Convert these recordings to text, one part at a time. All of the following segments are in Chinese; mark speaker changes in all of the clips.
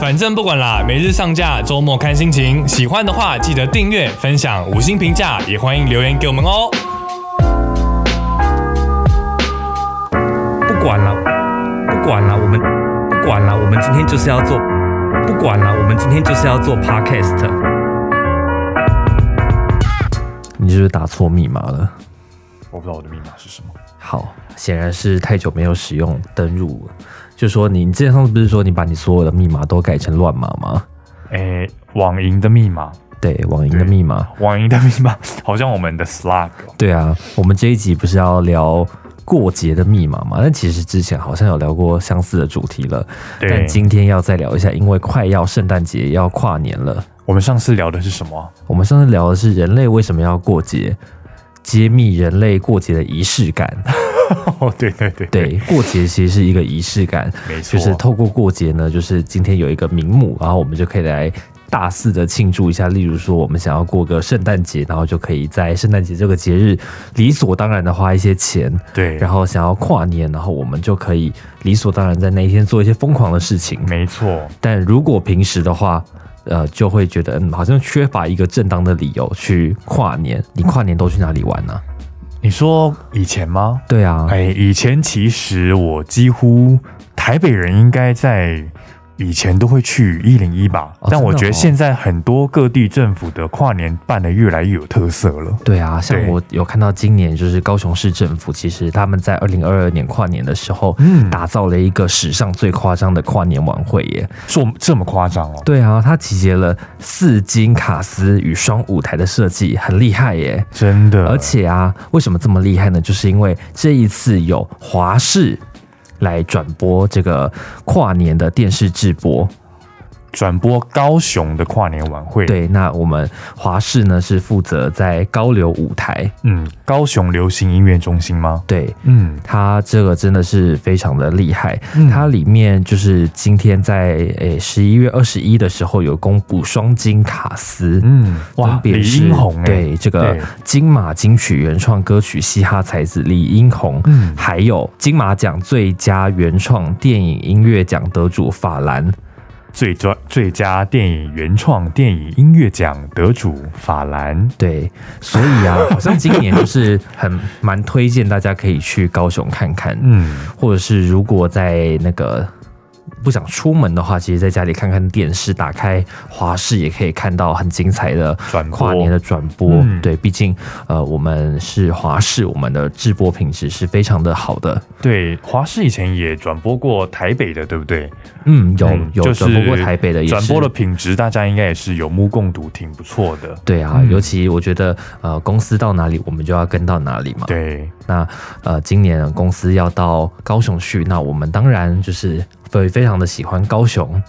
Speaker 1: 反正不管啦，每日上架，周末看心情。喜欢的话记得订阅、分享、五星评价，也欢迎留言给我们哦。
Speaker 2: 不管了，不管了，我们不管了，我们今天就是要做，不管了，我们今天就是要做 podcast。你是不是打错密码了？
Speaker 1: 我不知道我的密码是什么。
Speaker 2: 好，显然是太久没有使用登入了。就说你，你之前上次不是说你把你所有的密码都改成乱码吗？
Speaker 1: 诶、网银的密码，
Speaker 2: 对，网银的密码。
Speaker 1: 网银的密码 好像我们的 Slack 哦
Speaker 2: 对啊，我们这一集不是要聊过节的密码嘛？但其实之前好像有聊过相似的主题了，
Speaker 1: 对
Speaker 2: 但今天要再聊一下，因为快要圣诞节要跨年了。
Speaker 1: 我们上次聊的是什 么啊？
Speaker 2: 我们上次聊的是人类为什么要过节，揭秘人类过节的仪式 感。
Speaker 1: 哦，对对对，
Speaker 2: 对，过节其实是一个仪式感，
Speaker 1: 没错
Speaker 2: 就是透过过节呢，就是今天有一个名目，然后我们就可以来。大肆的庆祝一下，例如说我们想要过个圣诞节，然后就可以在圣诞节这个节日理所当然的花一些钱，
Speaker 1: 对，
Speaker 2: 然后想要跨年，然后我们就可以理所当然在那一天做一些疯狂的事情。
Speaker 1: 没错，
Speaker 2: 但如果平时的话，呃，就会觉得嗯，好像缺乏一个正当的理由去跨年。你跨年都去哪里玩呢、
Speaker 1: 你说以前吗？
Speaker 2: 对啊，
Speaker 1: 哎，以前其实我几乎台北人应该在以前都会去一零一吧，
Speaker 2: 哦
Speaker 1: 但我觉
Speaker 2: 真的
Speaker 1: 得
Speaker 2: 哦
Speaker 1: 现在很多各地政府的跨年办的越来越有特色了。
Speaker 2: 对啊，像
Speaker 1: 对
Speaker 2: 我有看到今年就是高雄市政府，其实他们在二零二二年跨年的时候，
Speaker 1: 嗯
Speaker 2: 打造了一个史上最夸张的跨年晚会耶。
Speaker 1: 这么这么夸张哦？
Speaker 2: 对啊，它集结了四金卡斯与双舞台的设计，很厉害耶。
Speaker 1: 真的，
Speaker 2: 而且啊，为什么这么厉害呢？就是因为这一次有华视来转播这个跨年的电视直播。
Speaker 1: 转播高雄的跨年晚会，，
Speaker 2: 对，那我们华视呢是负责在高流舞台，
Speaker 1: 嗯，高雄流行音乐中心吗？
Speaker 2: 对。
Speaker 1: 嗯，
Speaker 2: 它这个真的是非常的厉害，它里面就是今天在诶十一月二十一的时候有公布双金卡司，
Speaker 1: 嗯，
Speaker 2: 分
Speaker 1: 哇，
Speaker 2: 别
Speaker 1: 李
Speaker 2: 是
Speaker 1: 英红哎、
Speaker 2: 对这个
Speaker 1: 对
Speaker 2: 金马金曲原创歌曲嘻哈才子李英红，
Speaker 1: 嗯
Speaker 2: 还有金马奖最佳原创电影音乐奖得主法兰。
Speaker 1: 最佳最佳电影原创电影音乐奖得主法兰，
Speaker 2: 对，所以啊，好像今年就是很蛮推荐大家可以去高雄看看，
Speaker 1: 嗯，
Speaker 2: 或者是如果在那个。不想出门的话，其实在家里看看电视，打开华视也可以看到很精彩的
Speaker 1: 转播
Speaker 2: 跨年的转播。
Speaker 1: 嗯
Speaker 2: 对，毕竟呃，我们是华视，我们的直播品质是非常的好的。
Speaker 1: 对，华视以前也转播过台北的，对不对？
Speaker 2: 嗯，有
Speaker 1: 嗯
Speaker 2: 有
Speaker 1: 就是
Speaker 2: 转播过台北的，也是
Speaker 1: 转播的品质，大家应该也是有目共睹，挺不错的。
Speaker 2: 对啊，
Speaker 1: 嗯
Speaker 2: 尤其我觉得，呃，公司到哪里，我们就要跟到哪里嘛。
Speaker 1: 对，
Speaker 2: 那呃，今年公司要到高雄去，那我们当然就是会非常的喜欢高雄。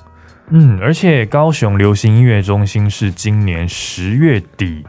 Speaker 1: 嗯，而且高雄流行音乐中心是今年十月底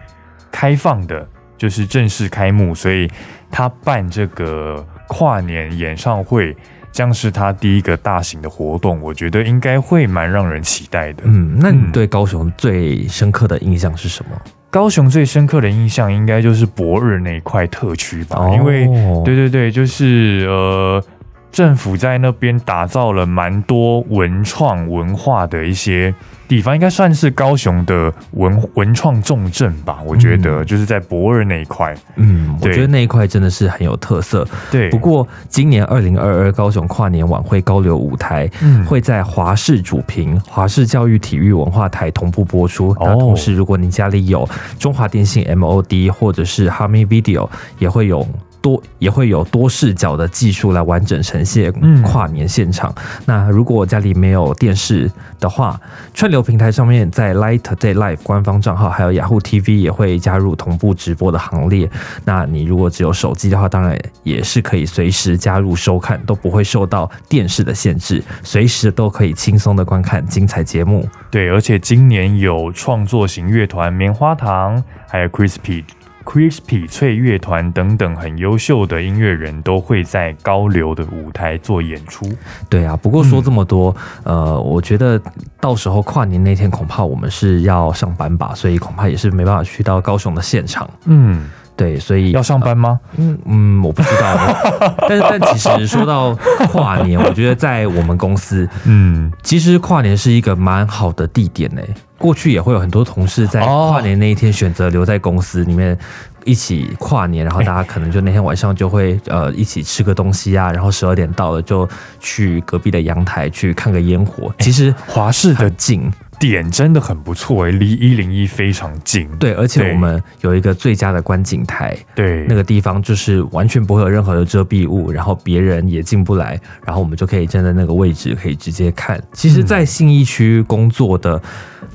Speaker 1: 开放的，就是正式开幕，所以他办这个跨年演唱会将是他第一个大型的活动，我觉得应该会蛮让人期待的。
Speaker 2: 嗯，那你
Speaker 1: 嗯
Speaker 2: 对高雄最深刻的印象是什么？
Speaker 1: 高雄最深刻的印象应该就是博日那一块特区吧，因为
Speaker 2: 哦
Speaker 1: 对对对，就是呃，政府在那边打造了蛮多文创文化的一些地方，应该算是高雄的文文创重镇吧。我觉得、就是在博尔那一块。
Speaker 2: 嗯，我
Speaker 1: 对
Speaker 2: 觉得那一块真的是很有特色。
Speaker 1: 对，
Speaker 2: 不过今年二零二二高雄跨年晚会高流舞台，
Speaker 1: 嗯
Speaker 2: 会在华视主屏、华视教育体育文化台同步播出。
Speaker 1: 哦
Speaker 2: 那同时，如果您家里有中华电信 MOD 或者是 Hami Video，也会有。多也会有多视角的技术来完整呈现
Speaker 1: 嗯
Speaker 2: 跨年现场。那如果家里没有电视的话，串流平台上面在 Light Today Live 官方账号还有雅虎 TV 也会加入同步直播的行列。那你如果只有手机的话，当然也是可以随时加入收看，都不会受到电视的限制，随时都可以轻松的观看精彩节目。
Speaker 1: 对，而且今年有创作型乐团棉花糖，还有 Crispy。Crispy 翠乐团等等很优秀的音乐人都会在高流的舞台做演出。
Speaker 2: 对啊，不过
Speaker 1: 嗯
Speaker 2: 说这么多，呃，我觉得到时候跨年那天恐怕我们是要上班吧，所以恐怕也是没办法去到高雄的现场。
Speaker 1: 嗯，
Speaker 2: 对，所以
Speaker 1: 要上班吗？
Speaker 2: 嗯嗯，我不知道，但是但其实说到跨年，我觉得在我们公司，
Speaker 1: 嗯，
Speaker 2: 其实跨年是一个蛮好的地点呢、过去也会有很多同事在
Speaker 1: 哦
Speaker 2: 跨年那一天选择留在公司里面一起跨年，然后大家可能就那天晚上就会呃一起吃个东西啊，然后十二点到了就去隔壁的阳台去看个烟火。其实
Speaker 1: 华视的
Speaker 2: 很近，
Speaker 1: 点真的很不错诶、欸离一零一非常近。
Speaker 2: 对，而且
Speaker 1: 对
Speaker 2: 我们有一个最佳的观景台，
Speaker 1: 对，
Speaker 2: 那个地方就是完全不会有任何的遮蔽物，然后别人也进不来，然后我们就可以站在那个位置，可以直接看。其实，在信义区工作的，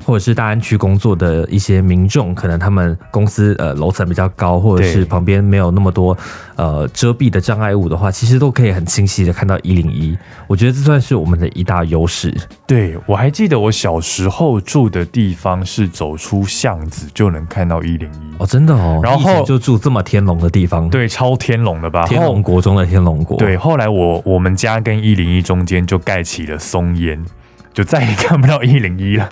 Speaker 2: 或者是大安区工作的一些民众，可能他们公司呃楼层比较高，或者
Speaker 1: 对
Speaker 2: 是旁边没有那么多呃遮蔽的障碍物的话，其实都可以很清晰的看到一零一。我觉得这算是我们的一大优势。
Speaker 1: 对我还记得我小时候住的地方是走出巷子就能看到一零一，
Speaker 2: 哦，真的哦，
Speaker 1: 然后
Speaker 2: 你以前就住这么天龙的地方，，
Speaker 1: 对，超天龙的吧？
Speaker 2: 天龙
Speaker 1: 后
Speaker 2: 国中的天龙国，
Speaker 1: 对，后来我我们家跟一零一中间就盖起了松烟，就再也看不到一零一 了。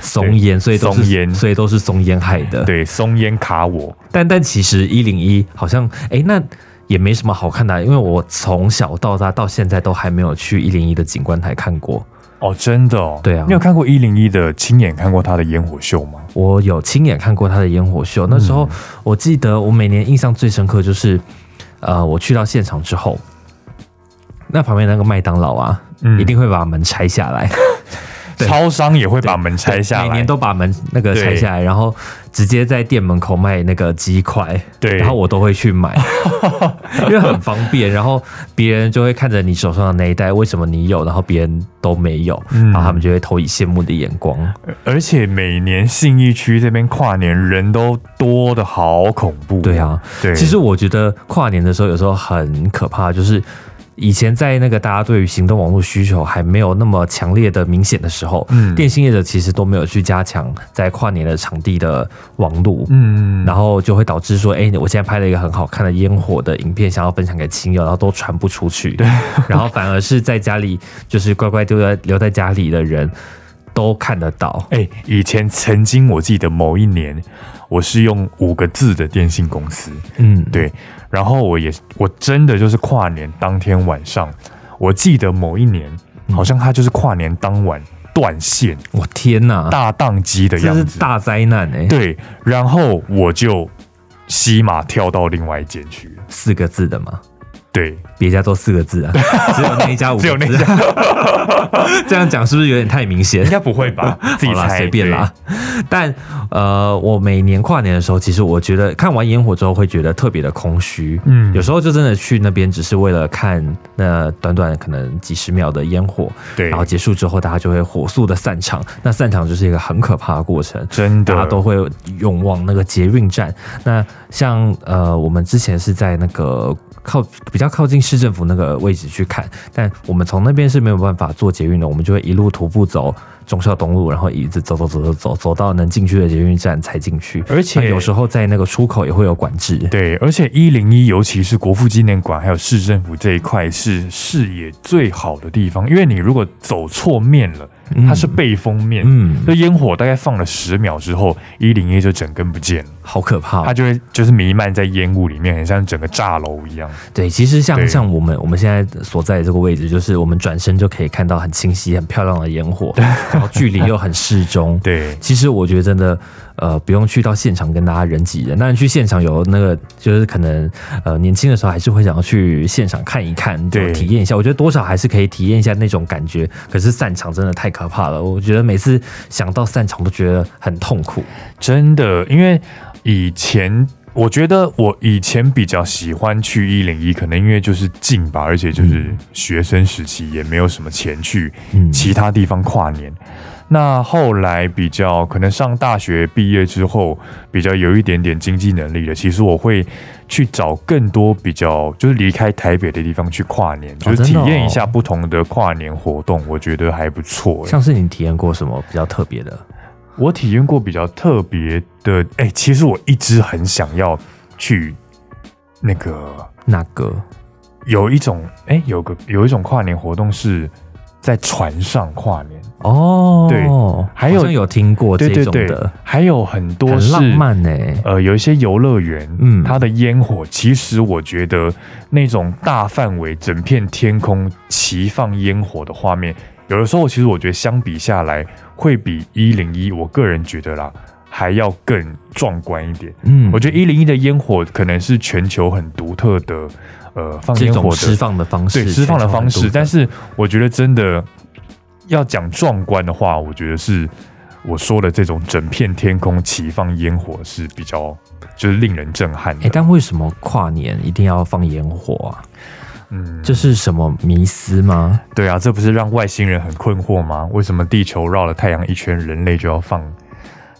Speaker 2: 松烟，所以都是
Speaker 1: 松烟
Speaker 2: 所以都是松烟害的。
Speaker 1: 对，松烟卡我，
Speaker 2: 但但其实一零一好像哎、诶那也没什么好看的啊、因为我从小到大到现在都还没有去一零一的景观台看过。
Speaker 1: 哦，真的哦，
Speaker 2: 对啊
Speaker 1: 你有看过一零一的亲眼看过他的烟火秀吗？
Speaker 2: 我有亲眼看过他的烟火秀，那时候我记得我每年印象最深刻就是，呃，我去到现场之后，那旁边那个麦当劳啊，
Speaker 1: 嗯
Speaker 2: 一定会把门拆下来，对
Speaker 1: 超商也会把门拆下
Speaker 2: 每
Speaker 1: 来
Speaker 2: 年，都把门那个拆
Speaker 1: 对
Speaker 2: 下来，然后直接在店门口卖那个鸡块。
Speaker 1: 对，
Speaker 2: 然后我都会去 买，因为很方便。然后别人就会看着你手上的那一袋，为什么你有，然后别人都没有，
Speaker 1: 嗯
Speaker 2: 然后他们就会投以羡慕的眼光。
Speaker 1: 而且每年信义区这边跨年人都多的好恐怖。
Speaker 2: 对，啊，
Speaker 1: 对，
Speaker 2: 其实我觉得跨年的时候有时候很可怕，就是。以前在那个大家对于行动网络需求还没有那么强烈的明显的时候，
Speaker 1: 嗯
Speaker 2: 电信业者其实都没有去加强在跨年的场地的网络，
Speaker 1: 嗯，
Speaker 2: 然后就会导致说，哎、我现在拍了一个很好看的烟火的影片，想要分享给亲友，然后都传不出去，对， 然后反而是在家里就是乖乖丢在留在家里的人都看得到，
Speaker 1: 哎、以前曾经我记得某一年，我是用五个字的电信公司，
Speaker 2: 嗯，
Speaker 1: 对，然后我也我真的就是跨年当天晚上，我记得某一年好像他就是跨年当晚断线、
Speaker 2: 我天哪，
Speaker 1: 大宕机的
Speaker 2: 这
Speaker 1: 样
Speaker 2: 是
Speaker 1: 子，
Speaker 2: 大灾难哎、
Speaker 1: 对，然后我就西马跳到另外一间去了，
Speaker 2: 四个字的嘛，
Speaker 1: 对，
Speaker 2: 别家都四个字 啊，只有那一家五个字，啊
Speaker 1: 只有那一
Speaker 2: 这样讲是不是有点太明显
Speaker 1: 应？该不会吧？自己
Speaker 2: 好啦
Speaker 1: 猜
Speaker 2: 随便
Speaker 1: 对
Speaker 2: 啦。但呃，我每年跨年的时候，其实我觉得看完烟火之后会觉得特别的空虚。
Speaker 1: 嗯
Speaker 2: 有时候就真的去那边只是为了看那短短可能几十秒的烟火，
Speaker 1: 对
Speaker 2: 然后结束之后大家就会火速的散场。那散场就是一个很可怕的过程。
Speaker 1: 真的
Speaker 2: 大家都会涌往那个捷运站。那像呃，我们之前是在那个靠比较靠近市政府那个位置去看，但我们从那边是没有办法坐捷运的，我们就会一路徒步走忠孝东路，然后一直走走走走走走到能进去的捷运站才进去。
Speaker 1: 而且
Speaker 2: 那有时候在那个出口也会有管制。
Speaker 1: 对，而且一零一，尤其是国父纪念馆还有市政府这一块是视野最好的地方，因为你如果走错面了，它是背风面，
Speaker 2: 嗯，
Speaker 1: 就烟火大概放了十秒之后，一零一就整根不见了，
Speaker 2: 好可怕
Speaker 1: 它。就会就是弥漫在烟雾里面，很像整个炸楼一样。
Speaker 2: 对，其实像
Speaker 1: 对
Speaker 2: 像我们我们现在所在的这个位置，就是我们转身就可以看到很清晰、很漂亮的烟火，然后距离又很适中。
Speaker 1: 对，
Speaker 2: 其实我觉得真的，呃，不用去到现场跟大家人挤人。当然去现场有那个，就是可能呃年轻的时候还是会想要去现场看一看，就
Speaker 1: 对
Speaker 2: 体验一下。我觉得多少还是可以体验一下那种感觉。可是散场真的太可怕了，我觉得每次想到散场都觉得很痛苦。
Speaker 1: 真的，因为以前。我觉得我以前比较喜欢去一零一，可能因为就是近吧，而且就是学生时期也没有什么钱去，
Speaker 2: 嗯，
Speaker 1: 其他地方跨年。那后来比较可能上大学毕业之后，比较有一点点经济能力了，其实我会去找更多比较就是离开台北的地方去跨年，就是体
Speaker 2: 真的哦
Speaker 1: 验一下不同的跨年活动，我觉得还不错欸。
Speaker 2: 像是你体验过什么比较特别的？
Speaker 1: 我体验过比较特别的，哎、其实我一直很想要去那个
Speaker 2: 那个
Speaker 1: 有一种哎、有个有一种跨年活动是在船上跨年。
Speaker 2: 哦，
Speaker 1: 对还有
Speaker 2: 好像有听过这
Speaker 1: 对对
Speaker 2: 种
Speaker 1: 对
Speaker 2: 的，，
Speaker 1: 还有很多
Speaker 2: 很
Speaker 1: 是
Speaker 2: 浪漫呢、欸
Speaker 1: 呃，有一些游乐园，
Speaker 2: 嗯
Speaker 1: 嗯，它的烟火，其实我觉得那种大范围、整片天空齐放烟火的画面，有的时候其实我觉得相比下来，会比一零一，我个人觉得啦，还要更壮观一点。
Speaker 2: 嗯，
Speaker 1: 我觉得一零一的烟火可能是全球很独特的，呃，放
Speaker 2: 这
Speaker 1: 烟火
Speaker 2: 种
Speaker 1: 的
Speaker 2: 释放的方式，
Speaker 1: 对释放的方式，但
Speaker 2: 是
Speaker 1: 是我觉得真的要讲壮观的话，我觉得是我说的这种整片天空齐放烟火是比较就是令人震撼
Speaker 2: 哎、
Speaker 1: 的。
Speaker 2: 但为什么跨年一定要放烟火啊？
Speaker 1: 嗯，
Speaker 2: 这是什么迷思吗？
Speaker 1: 对啊，这不是让外星人很困惑吗？为什么地球绕了太阳一圈，人类就要放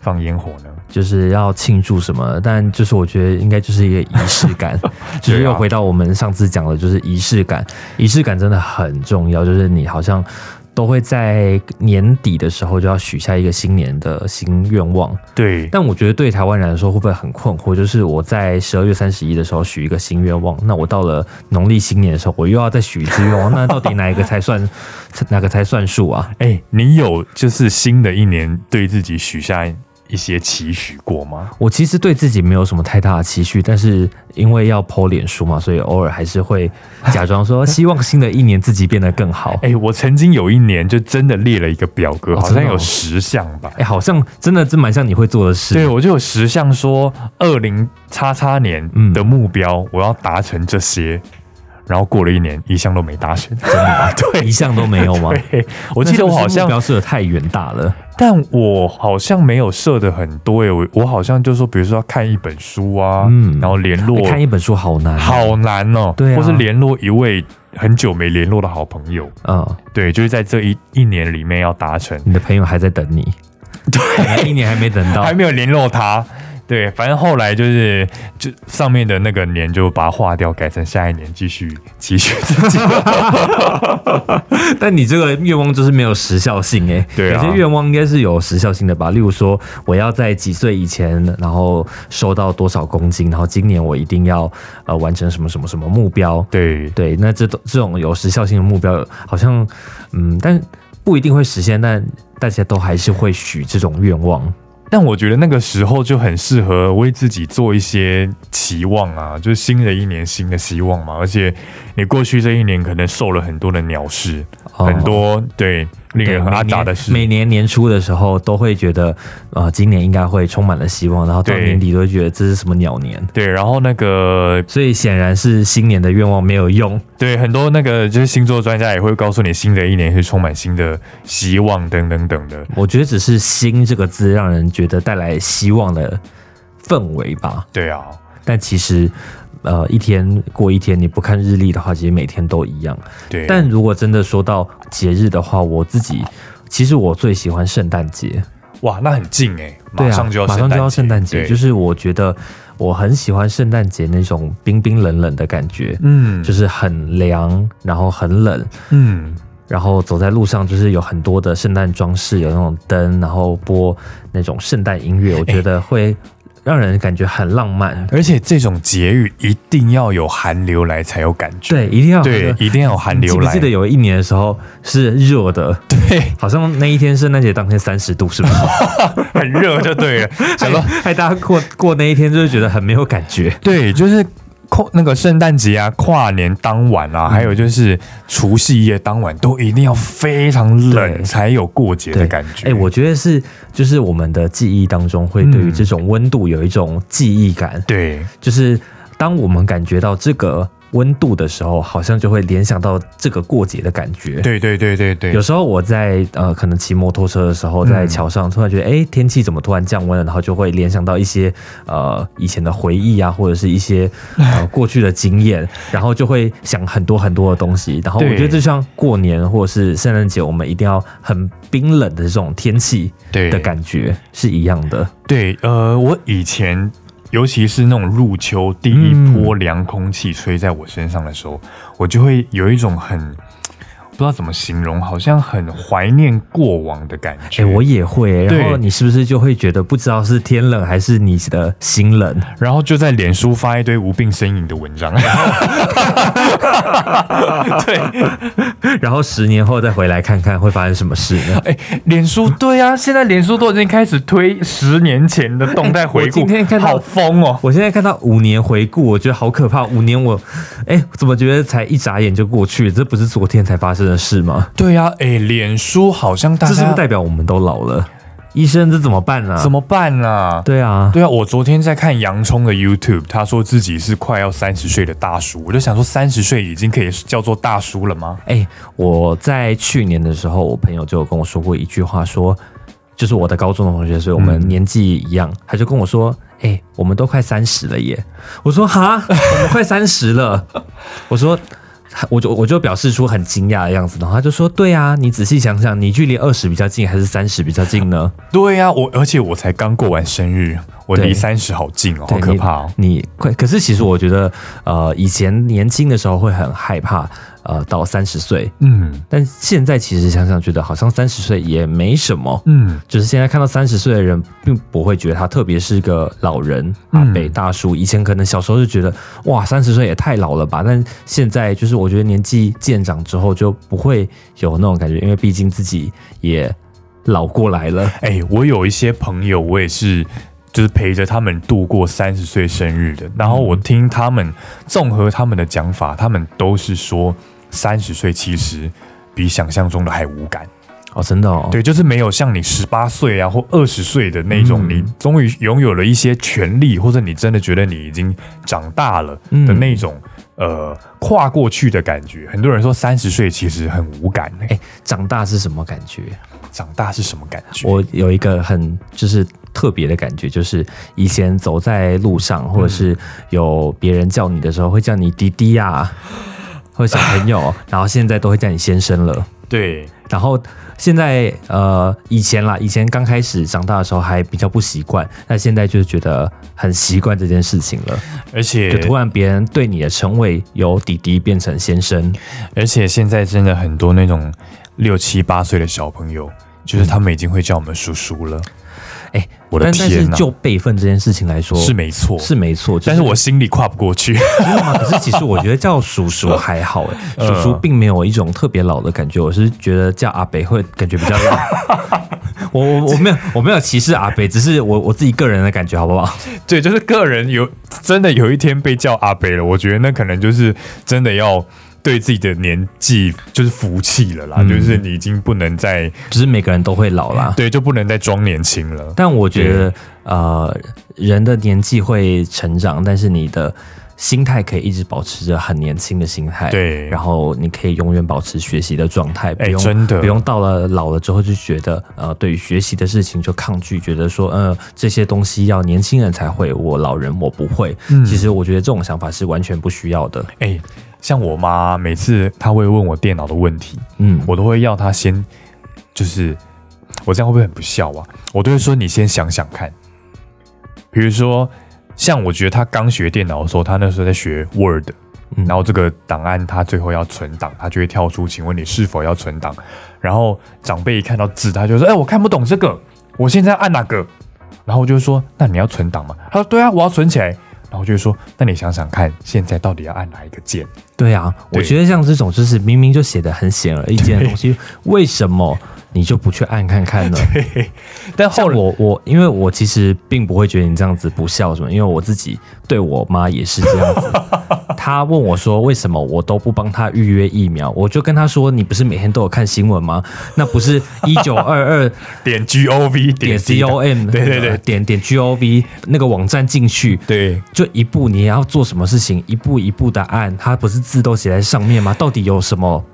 Speaker 1: 放烟火呢？
Speaker 2: 就是要庆祝什么？但就是我觉得应该就是一个仪式感，就是又回到我们上次讲的，就是仪式感。仪式感真的很重要，就是你好像都会在年底的时候就要许下一个新年的新愿望。
Speaker 1: 对，
Speaker 2: 但我觉得对台湾人来说会不会很困惑？就是我在十二月三十一的时候许一个新愿望，那我到了农历新年的时候，我又要再许一次愿望，那到底哪一个才算哪个才算数啊？
Speaker 1: 哎、你有就是新的一年对自己许下一些期许过吗？
Speaker 2: 我其实对自己没有什么太大的期许，但是因为要剖脸书嘛，所以偶尔还是会假装说希望新的一年自己变得更好。哎、
Speaker 1: 哎、我曾经有一年就真的列了一个表格，
Speaker 2: 哦
Speaker 1: 好
Speaker 2: 真的
Speaker 1: 像有
Speaker 2: 哦
Speaker 1: 十项吧。
Speaker 2: 哎好像真的真蛮像你会做的
Speaker 1: 对，
Speaker 2: 事。
Speaker 1: 我就有十项说二零叉叉年
Speaker 2: 嗯
Speaker 1: 的目标，我要达成这些。然后过了一年，一项都没达成。
Speaker 2: 对，一项都没有吗？
Speaker 1: 对， 我记得我好
Speaker 2: 那是不是目
Speaker 1: 像，
Speaker 2: 标设的太远大了。
Speaker 1: 但我好像没有设的很多耶。我我好像就说，比如说要看一本书啊，
Speaker 2: 嗯
Speaker 1: 然后联络
Speaker 2: 你，看一本书好难、，
Speaker 1: 好难哦、
Speaker 2: 对啊
Speaker 1: 或是联络一位很久没联络的好朋友，
Speaker 2: 嗯，
Speaker 1: 对，就是在这一一年里面要达成。
Speaker 2: 你的朋友还在等你，对，一年还没等到
Speaker 1: 还。没有联络他。对，反正后来就是就上面的那个年就把它划掉，改成下一年继续继续自 己。
Speaker 2: 但你这个愿望就是没有时效性哎、
Speaker 1: 对啊
Speaker 2: 有些愿望应该是有时效性的吧？例如说，我要在几岁以前，然后瘦到多少公斤，然后今年我一定要呃完成什么什么什么目标。
Speaker 1: 对
Speaker 2: 对，那这种这种有时效性的目标，好像嗯，但不一定会实现，但大家都还是会许这种愿望。
Speaker 1: 但我觉得那个时候就很适合为自己做一些期望啊，就是新的一年新的希望嘛。而且你过去这一年可能受了很多的鸟事，
Speaker 2: 哦
Speaker 1: 很多对令
Speaker 2: 对
Speaker 1: 人很阿
Speaker 2: 每
Speaker 1: 杂
Speaker 2: 年
Speaker 1: 的事。
Speaker 2: 每年年初的时候都会觉得，呃，今年应该会充满了希望，然后到
Speaker 1: 对
Speaker 2: 年底都会觉得这是什么鸟年。
Speaker 1: 对，然后那个
Speaker 2: 所以显然是新年的愿望没有用。
Speaker 1: 对很多那个就是星座专家也会告诉你，新的一年是充满新的希望等等等的。
Speaker 2: 我觉得只是“新”这个字让人觉得带来希望的氛围吧。
Speaker 1: 对啊，
Speaker 2: 但其实，呃，一天过一天，你不看日历的话，其实每天都一样。
Speaker 1: 对。
Speaker 2: 但如果真的说到节日的话，我自己其实我最喜欢圣诞节，
Speaker 1: 哇，那很近哎、
Speaker 2: 对
Speaker 1: 马
Speaker 2: 啊
Speaker 1: 上就要
Speaker 2: 马上就要圣诞节，
Speaker 1: 对
Speaker 2: 就是我觉得我很喜欢圣诞节那种冰冰冷冷的感觉，
Speaker 1: 嗯
Speaker 2: 就是很凉，然后很冷，
Speaker 1: 嗯，
Speaker 2: 然后走在路上，就是有很多的圣诞装饰，有那种灯，然后播那种圣诞音乐，我觉得会让人感觉很浪漫。
Speaker 1: 而且这种节日一定要有寒流来才有感觉，
Speaker 2: 对，一定要
Speaker 1: 对，一定要有寒
Speaker 2: 你记
Speaker 1: 流
Speaker 2: 不
Speaker 1: 来。
Speaker 2: 记得有一年的时候是热的，
Speaker 1: 对，
Speaker 2: 好像那一天圣诞节当天三十度， 是不是？
Speaker 1: 很热就对了。 想说
Speaker 2: 害大家过过那一天就是觉得很没有感觉。
Speaker 1: 对，就是跨那个圣诞节啊，跨年当晚
Speaker 2: 嗯
Speaker 1: 啊，还有就是除夕夜当晚，都一定要非常
Speaker 2: 对
Speaker 1: 冷才有过节的感觉。
Speaker 2: 哎、我觉得是就是我们的记忆当中会对于这种温度有一种记忆感，
Speaker 1: 对
Speaker 2: 就是当我们感觉到这个温度的时候，好像就会联想到这个过节的感觉。
Speaker 1: 对对对对对嗯
Speaker 2: 有，时候我在呃，可能骑摩托车的时候，在桥上突然觉得，哎、天气怎么突然降温了？然后就会联想到一些呃以前的回忆啊，或者是一些呃过去的经验，然后就会想很多很多的东西。然后我
Speaker 1: 对
Speaker 2: 觉得就像过年或者是圣诞节，我们一定要很冰冷的这种天气
Speaker 1: 对
Speaker 2: 的感觉是一样的。
Speaker 1: 对，呃，我以前尤其是那种入秋第一波凉空气吹在我身上的时候，我就会有一种很，不知道怎么形容，好像很怀念过往的感觉。
Speaker 2: 哎、我也会、
Speaker 1: 对
Speaker 2: 然后你是不是就会觉得不知道是天冷还是你的心 冷？
Speaker 1: 然后就在脸书发一堆无病呻吟的文章，啊对，
Speaker 2: 然后十年后再回来看看会发生什么事呢？
Speaker 1: 哎，脸书对啊，现在脸书都已经开始推十年前的动态回顾，
Speaker 2: 哎我今天看到
Speaker 1: 好疯哦，
Speaker 2: 我现在看到五年回顾，我觉得好可怕。五年我，哎、怎么觉得才一眨眼就过去了？这不是昨天才发生的事吗？
Speaker 1: 对啊，哎，脸书好像大
Speaker 2: 这是不
Speaker 1: 家
Speaker 2: 是代表我们都老了？医生，这怎么办呢、啊？
Speaker 1: 怎么办啊？
Speaker 2: 对啊，
Speaker 1: 对啊，我昨天在看洋葱的 YouTube，他说自己是快要三十岁的大叔，我就想说三十岁已经可以叫做大叔了吗？
Speaker 2: 哎、我在去年的时候，我朋友就有跟我说过一句话说就是我的高中同学，所以我们
Speaker 1: 嗯
Speaker 2: 年纪一样，他就跟我说：“哎、我们都快三十了耶。”我说：“哈，我们快三十了。” 我说。我就我就表示出很惊讶的样子，然后他就说：“对啊，你仔细想想，你距离二十比较近还是三十比较近呢？
Speaker 1: 对啊，我而且我才刚过完生日，我
Speaker 2: 对
Speaker 1: 离三十好近 哦，好
Speaker 2: 对
Speaker 1: 可怕哦。
Speaker 2: 你你快，可是其实我觉得，呃，以前年轻的时候会很害怕，呃，到三十岁，
Speaker 1: 嗯
Speaker 2: 但现在其实想想，觉得好像三十岁也没什么。
Speaker 1: 嗯，
Speaker 2: 就是现在看到三十岁的人，并不会觉得他特别是个老人、阿
Speaker 1: 嗯
Speaker 2: 北、大叔。以前可能小时候就觉得，哇，三十岁也太老了吧。但现在就是我觉得年纪渐长之后，就不会有那种感觉，因为毕竟自己也老过来了。
Speaker 1: 哎、我有一些朋友，我也是。就是陪着他们度过三十岁生日的，然后我听他们综合他们的讲法，他们都是说三十岁其实比想象中的还无感。
Speaker 2: 哦，真的哦。
Speaker 1: 对，就是没有像你十八岁啊或二十岁的那种，
Speaker 2: 嗯
Speaker 1: 你终于拥有了一些权利，或者你真的觉得你已经长大了
Speaker 2: 嗯
Speaker 1: 的那种、呃跨过去的感觉。很多人说三十岁其实很无感、欸，
Speaker 2: 哎、长大是什么感觉？
Speaker 1: 长大是什么感觉？
Speaker 2: 我有一个很就是特别的感觉，就是以前走在路上，或者是有别人叫你的时候，会叫你弟弟呀、啊， 或者小朋友，然后现在都会叫你先生了。
Speaker 1: 对，
Speaker 2: 然后现在呃，以前啦，以前刚开始长大的时候还比较不习惯，那现在就是觉得很习惯这件事情了。
Speaker 1: 而
Speaker 2: 就
Speaker 1: 且
Speaker 2: 突然别人对你的称谓由弟弟变成先生，
Speaker 1: 而且现在真的很多那种六七八岁的小朋友，就是他们已经会叫我们叔叔了。
Speaker 2: 嗯哎
Speaker 1: 我的
Speaker 2: 但但是
Speaker 1: 天呐、
Speaker 2: 就辈分这件事情来说，
Speaker 1: 是没错，
Speaker 2: 是没错，就
Speaker 1: 但是我心里跨不过去。
Speaker 2: 真的吗？啊可是其实我觉得叫叔叔还好哎、叔叔并没有一种特别老的感觉，我是觉得叫阿北会感觉比较老。我我我没有我没有歧视阿北，只是我我自己个人的感觉，好不好？
Speaker 1: 对，就是个人有真的有一天被叫阿北了，我觉得那可能就是真的要对自己的年纪就是服气了啦，就是你已经不能再
Speaker 2: 只是每个人都会老啦。
Speaker 1: 对，就不能再装年轻了。
Speaker 2: 但我觉
Speaker 1: 嗯
Speaker 2: 得呃，人的年纪会成长，但是你的心态可以一直保持着很年轻的心态。
Speaker 1: 对
Speaker 2: 然后你可以永远保持学习的状态，不
Speaker 1: 哎
Speaker 2: 用、
Speaker 1: 真的
Speaker 2: 不用到了老了之后就觉得呃，对于学习的事情就抗拒，觉得说呃这些东西要年轻人才会，我老人我不会。
Speaker 1: 嗯
Speaker 2: 其实我觉得这种想法是完全不需要的。
Speaker 1: 哎、像我妈每次她会问我电脑的问题，
Speaker 2: 嗯，
Speaker 1: 我都会要她先就是我这样会不会很不孝啊？我都会说你先想想看，比如说。像我觉得她刚学电脑的时候，她那时候在学 Word，
Speaker 2: 嗯
Speaker 1: 然后这个档案它最后要存档，它就会跳出，请问你是否要存档？然后长辈一看到字，他就说：“哎、我看不懂这个，我现在按哪个？”然后我就说：“那你要存档吗？”他说：“对啊，我要存起来。”然后我就说：“那你想想看，现在到底要按哪一个键
Speaker 2: 对啊，我
Speaker 1: 对
Speaker 2: 觉得像这种就是明明就写的很显而易见的东西，为什么你就不去按看看 呢？？”
Speaker 1: 但
Speaker 2: 像
Speaker 1: 后来，
Speaker 2: 我我，因为我其实并不会觉得你这样子不孝什么，因为我自己对我妈也是这 样子。她问我说为什么我都不帮她预约疫苗，我就跟她说你不是每天都有看新闻吗？那不 是一九二二
Speaker 1: 点 G O V
Speaker 2: 点
Speaker 1: 点
Speaker 2: c o m
Speaker 1: 对对对
Speaker 2: 点点 g o v 那个网站进去。
Speaker 1: 对，
Speaker 2: 就一步，你要做什么事情，一步一步的按，它不是字都写在上面吗？到底有什么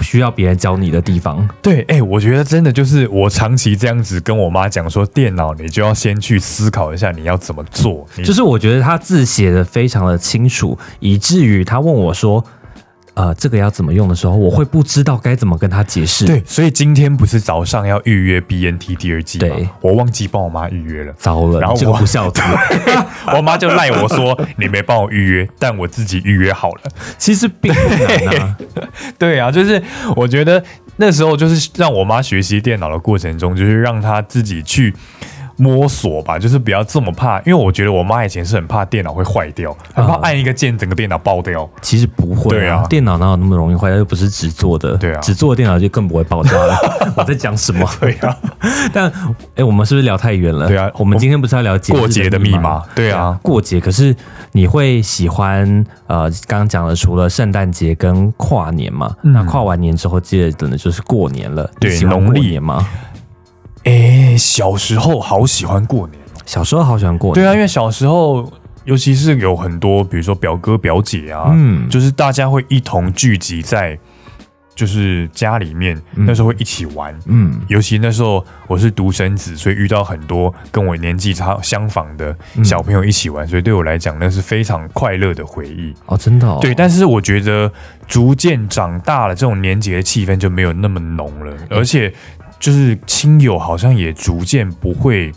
Speaker 2: 需要别人教你的地方？
Speaker 1: 对，哎、我觉得真的就是我长期这样子跟我妈讲说，电脑你就要先去思考一下你要怎么做，你
Speaker 2: 就是我觉得他字写的非常的清楚，以至于他问我说：“呃这个要怎么用的时候，我会不知道该怎么跟他解释。
Speaker 1: 对，所以今天不是早上要预约 BNT 第二季吗？
Speaker 2: 对
Speaker 1: 我忘记帮我妈预约了。
Speaker 2: 糟了，
Speaker 1: 然后
Speaker 2: 你这个
Speaker 1: 我
Speaker 2: 不孝子。
Speaker 1: 我妈就赖我说你没帮我预约，但我自己预约好了。
Speaker 2: 其实并不难啊，
Speaker 1: 对 啊，就是我觉得那时候就是让我妈学习电脑的过程中，就是让她自己去摸索吧，就是不要这么怕，因为我觉得我妈以前是很怕电脑会坏掉，很怕
Speaker 2: 啊
Speaker 1: 按一个键整个电脑爆掉。
Speaker 2: 其实不会、
Speaker 1: 对啊
Speaker 2: 电脑哪有那么容易坏掉？又不是纸做的，
Speaker 1: 对啊
Speaker 2: 纸做的电脑就更不会爆炸 了。我在讲什么？
Speaker 1: 对 啊，
Speaker 2: 但哎、我们是不是聊太远了？
Speaker 1: 对啊
Speaker 2: 我们今天不是要聊节日
Speaker 1: 过节的
Speaker 2: 密
Speaker 1: 密码，对啊，
Speaker 2: 过节，可是你会喜欢呃，刚刚讲的除了圣诞节跟跨年嘛，
Speaker 1: 嗯
Speaker 2: 那跨完年之后接着等的就是过年了。
Speaker 1: 对
Speaker 2: 你喜欢
Speaker 1: 农历
Speaker 2: 过年吗？
Speaker 1: 哎、小时候好喜欢过年。
Speaker 2: 小时候好喜欢过年，
Speaker 1: 对啊，因为小时候，尤其是有很多，比如说表哥表姐啊，
Speaker 2: 嗯
Speaker 1: 就是大家会一同聚集在就是家里面，那时候会一起玩。
Speaker 2: 嗯，
Speaker 1: 尤其那时候我是独生子，所以遇到很多跟我年纪差相仿的小朋友一起玩，所以对我来讲那是非常快乐的回忆。
Speaker 2: 哦，真的、哦，
Speaker 1: 对，但是我觉得逐渐长大了，这种年节的气氛就没有那么浓了，
Speaker 2: 嗯
Speaker 1: 而且就是亲友好像也逐渐不会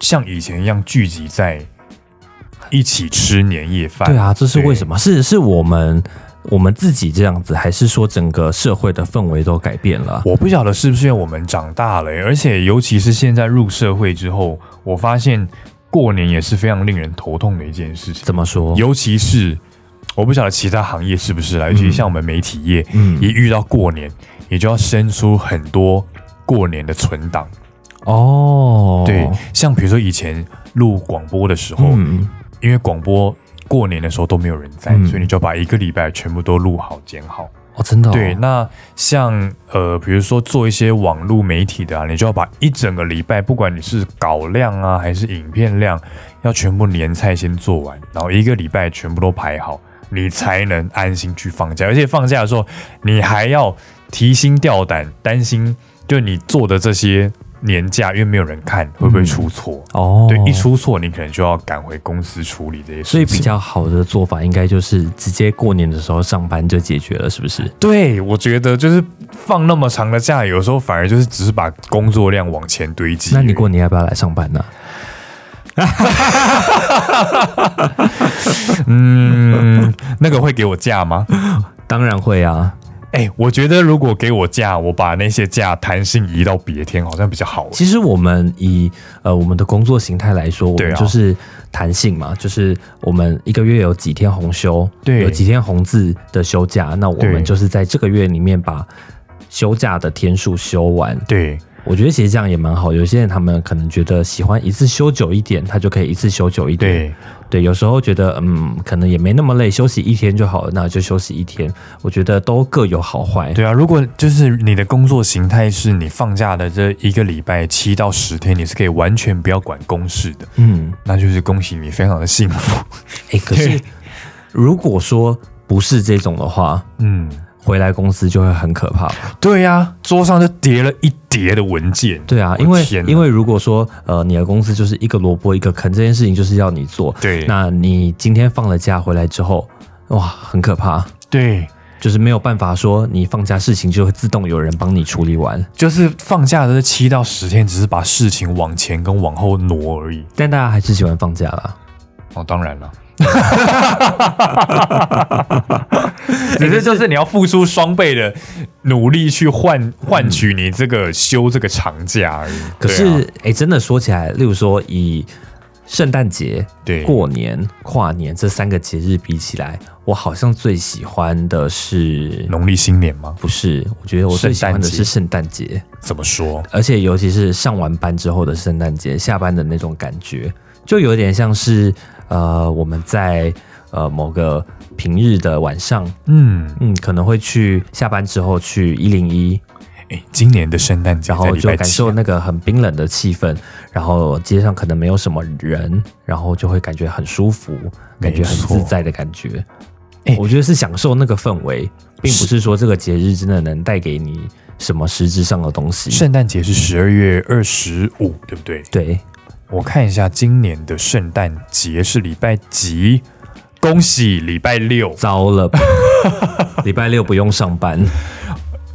Speaker 1: 像以前一样聚集在一起吃年夜饭。
Speaker 2: 对啊，这是为什么？是是我们我们自己这样子，还是说整个社会的氛围都改变了？
Speaker 1: 我不晓得是不是因为我们长大了、而且尤其是现在入社会之后，我发现过年也是非常令人头痛的一件事情，
Speaker 2: 怎么说？
Speaker 1: 尤其是我不晓得其他行业是不是啦，尤其像我们媒体业，
Speaker 2: 嗯
Speaker 1: 一遇到过年，也就要生出很多过年的存档。
Speaker 2: 哦，
Speaker 1: 对，像比如说以前录广播的时候，
Speaker 2: 嗯，
Speaker 1: 因为广播过年的时候都没有人在，
Speaker 2: 嗯
Speaker 1: 所以你就把一个礼拜全部都录好剪好。
Speaker 2: 哦，真的、哦，
Speaker 1: 对，那像呃，比如说做一些网络媒体的啊，你就要把一整个礼拜，不管你是稿量啊还是影片量，要全部年菜先做完，然后一个礼拜全部都排好，你才能安心去放假。而且放假的时候，你还要提心吊胆，担心就你做的这些年假，因为没有人看，会不会出错？
Speaker 2: 哦，
Speaker 1: 对，一。出错，你可能就要赶回公司处理这些事情。
Speaker 2: 所以比较好的做法应该就是直接过年的时候上班就解决了，是不是？
Speaker 1: 对，我觉得就是放那么长的假，有时候反而就是只是把工作量往前堆积。
Speaker 2: 那你过年要不要来上班呢、
Speaker 1: 嗯， 那个会给我 假吗？
Speaker 2: 当然会啊。
Speaker 1: 哎、我觉得如果给我假，我把那些假弹性移到别天，好像比较好。
Speaker 2: 其实我们以呃我们的工作形态来说，我
Speaker 1: 对
Speaker 2: 们
Speaker 1: 啊
Speaker 2: 就是弹性嘛，就是我们一个月有几天红休，
Speaker 1: 对
Speaker 2: 有几天红字的休假，那我
Speaker 1: 对
Speaker 2: 们就是在这个月里面把休假的天数休完。
Speaker 1: 对，
Speaker 2: 我觉得其实这样也蛮好。有些人他们可能觉得喜欢一次休久一点，他就可以一次休久一点。
Speaker 1: 对，
Speaker 2: 对，有时候觉得嗯，可能也没那么累，休息一天就好了，那就休息一天。我觉得都各有好坏。
Speaker 1: 对啊。如果就是你的工作形态是你放假的这一个礼拜七到十天，你是可以完全不要管公事的，
Speaker 2: 嗯，
Speaker 1: 那就是恭喜你，非常的幸福。
Speaker 2: 哎、可是
Speaker 1: 对
Speaker 2: 如果说不是这种的话，
Speaker 1: 嗯，
Speaker 2: 回来公司就会很可怕吧。
Speaker 1: 对呀、桌上就叠了一叠的文件。
Speaker 2: 对啊
Speaker 1: 我，的
Speaker 2: 因为
Speaker 1: 天哪
Speaker 2: 因为如果说呃你的公司就是一个萝卜一个坑，这件事情就是要你做。
Speaker 1: 对
Speaker 2: 那你今天放了假回来之后，哇，很可怕。
Speaker 1: 对，
Speaker 2: 就是没有办法说你放假事情就会自动有人帮你处理完，
Speaker 1: 就是放假的这七到十天，只是把事情往前跟往后挪而已。
Speaker 2: 但大家还是喜欢放假啦。
Speaker 1: 哦，当然了。 只是就是你要付出双倍的努力去换换取你这个休这个长假而已。
Speaker 2: 嗯可是，哎、真的说起来，例如说以圣诞节、
Speaker 1: 对啊、对
Speaker 2: 过年、跨年这三个节日比起来，我好像最喜欢的是
Speaker 1: 农历新年吗？
Speaker 2: 不是？我觉得我最喜欢的是圣诞节，
Speaker 1: 怎么说？
Speaker 2: 而且尤其是上完班之后的圣诞节，下班的那种感觉，就有点像是呃我们在呃某个平日的晚上，
Speaker 1: 嗯，
Speaker 2: 嗯，可能会去下班之后去一零一，
Speaker 1: 哎、今年的圣诞节
Speaker 2: 然
Speaker 1: 在
Speaker 2: 后
Speaker 1: 礼
Speaker 2: 就
Speaker 1: 拜
Speaker 2: 感
Speaker 1: 几
Speaker 2: 受
Speaker 1: 啊？
Speaker 2: 那个很冰冷的气氛，然后街上可能没有什么人，然后就会感觉很舒服，感觉很
Speaker 1: 没错
Speaker 2: 自在的感觉。
Speaker 1: 哎
Speaker 2: 我觉得是享受那个氛围，并不是说这个节日真的能带给你什么实质上的东西。
Speaker 1: 圣诞节是十二月二十五，对不对？
Speaker 2: 对，
Speaker 1: 我看一下今年的圣诞节是礼拜几？恭喜礼拜六，
Speaker 2: 糟了， 礼拜六不用上班，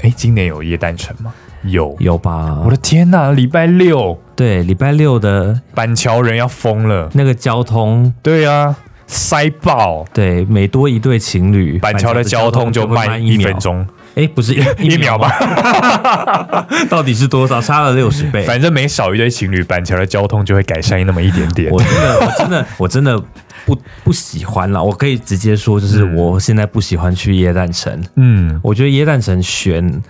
Speaker 1: 哎，今年有夜单城吗？有，
Speaker 2: 有吧
Speaker 1: 我？的天呐，礼拜六
Speaker 2: 对，礼拜六的
Speaker 1: 板桥人要疯了，
Speaker 2: 那个交通，
Speaker 1: 对啊，塞爆。
Speaker 2: 对，每多一对情侣，
Speaker 1: 板桥的交通就
Speaker 2: 会
Speaker 1: 慢一分，钟，
Speaker 2: 哎，不是一
Speaker 1: 一秒，吧，
Speaker 2: 吗到底是多少？差了六十 倍。
Speaker 1: 反正每少一对情侣，板桥的交通就会改善那么一点点
Speaker 2: 我。真 的，我真的，我真的不不喜欢了。我可以直接说，就是我现在不喜欢去耶诞城。
Speaker 1: 嗯，
Speaker 2: 我觉得耶诞城选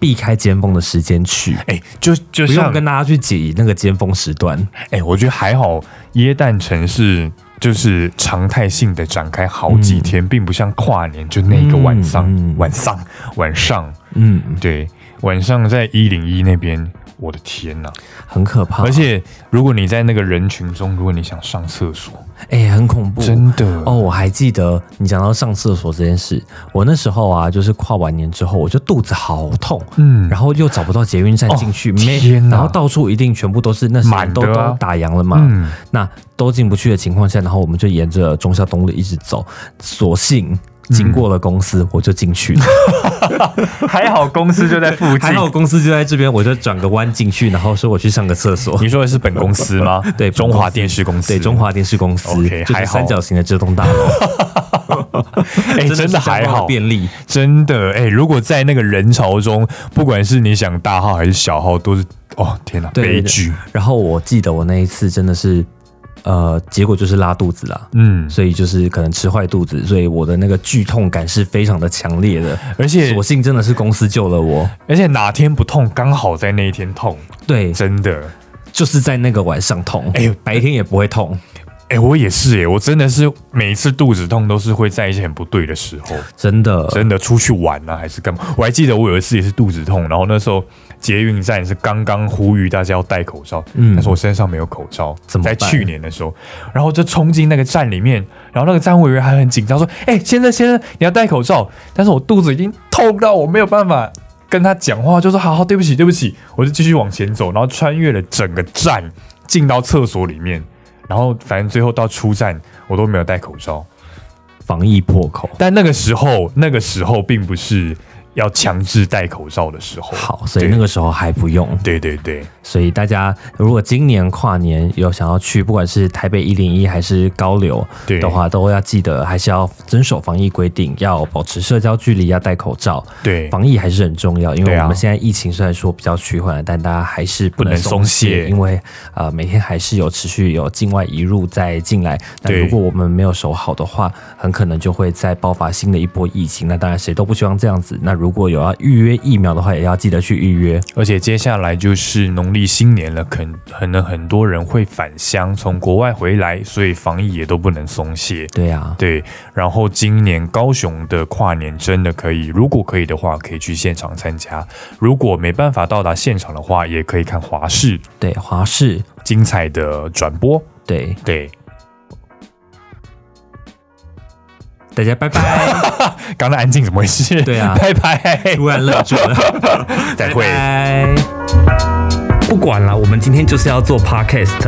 Speaker 2: 避开尖峰的时间去，
Speaker 1: 哎、就就
Speaker 2: 不用
Speaker 1: 像
Speaker 2: 跟大家去挤那个尖峰时段。
Speaker 1: 哎、我觉得还好，耶诞城是就是常态性的展开好几天，并不像跨年就那个晚上、
Speaker 2: 嗯嗯
Speaker 1: 晚上晚上，
Speaker 2: 嗯，
Speaker 1: 对，晚上在一零一那边，我的天呐、
Speaker 2: 很可怕，
Speaker 1: 而且如果你在那个人群中，如果你想上 厕所，
Speaker 2: 哎、很恐怖。
Speaker 1: 真的
Speaker 2: 哦，我还记得你讲到上厕所这件事，我那时候啊，就是跨完年之后，我就肚子好痛，
Speaker 1: 嗯
Speaker 2: 然后又找不到捷运站进去，
Speaker 1: 哦
Speaker 2: 没，
Speaker 1: 天哪
Speaker 2: 然后到处一定全部都是那时候
Speaker 1: 满的
Speaker 2: 都、
Speaker 1: 啊
Speaker 2: 都打烊了嘛，
Speaker 1: 嗯，
Speaker 2: 那都进不去的情况下，然后我们就沿着中孝东路一直走，所幸经过了公司，我就进去 了。
Speaker 1: 还好公司就在附近
Speaker 2: 还。好公司就在这边，我就转个弯进去，然后说我去上个厕所。
Speaker 1: 你说的是本公司吗？
Speaker 2: 对
Speaker 1: 嗯中华电视公司。
Speaker 2: 对，中华电视公司
Speaker 1: OK，
Speaker 2: 就是
Speaker 1: 还好
Speaker 2: 三角形的这栋大楼，
Speaker 1: 哎、
Speaker 2: 是
Speaker 1: 真的还
Speaker 2: 相当
Speaker 1: 好，
Speaker 2: 便利。
Speaker 1: 真的哎、如果在那个人潮中，不管是你想大号还是小号，都是哦天哪，
Speaker 2: 对
Speaker 1: 悲剧。
Speaker 2: 然后我记得我那一次真的是，呃，结果就是拉肚子啦。
Speaker 1: 嗯，
Speaker 2: 所以就是可能吃坏肚子，所以我的那个剧痛感是非常的强烈的。
Speaker 1: 而且
Speaker 2: 所幸真的是公司救了我，
Speaker 1: 而且哪天不痛，刚好在那一天痛，
Speaker 2: 对，
Speaker 1: 真的。
Speaker 2: 就是在那个晚上痛，
Speaker 1: 哎呦
Speaker 2: 白天也不会痛。
Speaker 1: 哎、我也是哎、我真的是每一次肚子痛都是会在一些很不对的时候，
Speaker 2: 真的，
Speaker 1: 真的出去玩啊还是干嘛？我还记得我有一次也是肚子痛，然后那时候捷运站是刚刚呼吁大家要戴口罩，
Speaker 2: 嗯
Speaker 1: 但是我身上没有口罩，
Speaker 2: 怎么
Speaker 1: 在
Speaker 2: 办
Speaker 1: 去年的时候，然后就冲进那个站里面，然后那个站务员还很紧张说：“哎、先生先生，你要戴口罩。”但是我肚子已经痛到我没有办法跟他讲话，就说：“好好，对不起对不起。”我就继续往前走，然后穿越了整个站，进到厕所里面。然后反正最后到出站，我都没有戴口罩。
Speaker 2: 防疫破口。
Speaker 1: 但那个时候，那个时候并不是要强制戴口罩的时候。
Speaker 2: 好，所以那个时候还不用。
Speaker 1: 对对对对，
Speaker 2: 所以大家如果今年跨年有想要去，不管是台北一零一还是高流
Speaker 1: 对
Speaker 2: 的话，都要记得还是要遵守防疫规定，要保持社交距离，要戴口罩。
Speaker 1: 对
Speaker 2: 防疫还是很重要，因
Speaker 1: 对
Speaker 2: 为
Speaker 1: 啊
Speaker 2: 我们现在疫情虽然说比较趋缓了，但大家还是不
Speaker 1: 不能
Speaker 2: 能
Speaker 1: 松
Speaker 2: 松
Speaker 1: 懈
Speaker 2: 懈，因为呃每天还是有持续有境外移入再进来。那
Speaker 1: 对
Speaker 2: 如果我们没有守好的话，很可能就会再爆发新的一波疫情。那当然谁都不希望这样子。那如果有要预约疫苗的话，也要记得去预约。
Speaker 1: 而且接下来就是农历新年了，可可能很多人会返乡，从国外回来，所以防疫也都不能松懈。
Speaker 2: 对啊，
Speaker 1: 对，然后今年高雄的跨年真的可以，如果可以的话，可以去现场参加；如果没办法到达现场的话，也可以看华视
Speaker 2: 对华视，
Speaker 1: 精彩的转播。
Speaker 2: 对
Speaker 1: 对，
Speaker 2: 大家拜拜。
Speaker 1: 刚才安静怎么回事？
Speaker 2: 对啊
Speaker 1: 拜拜，
Speaker 2: 突然愣住了。
Speaker 1: 再会。
Speaker 2: 拜拜不管了，我们今天就是要做 podcast。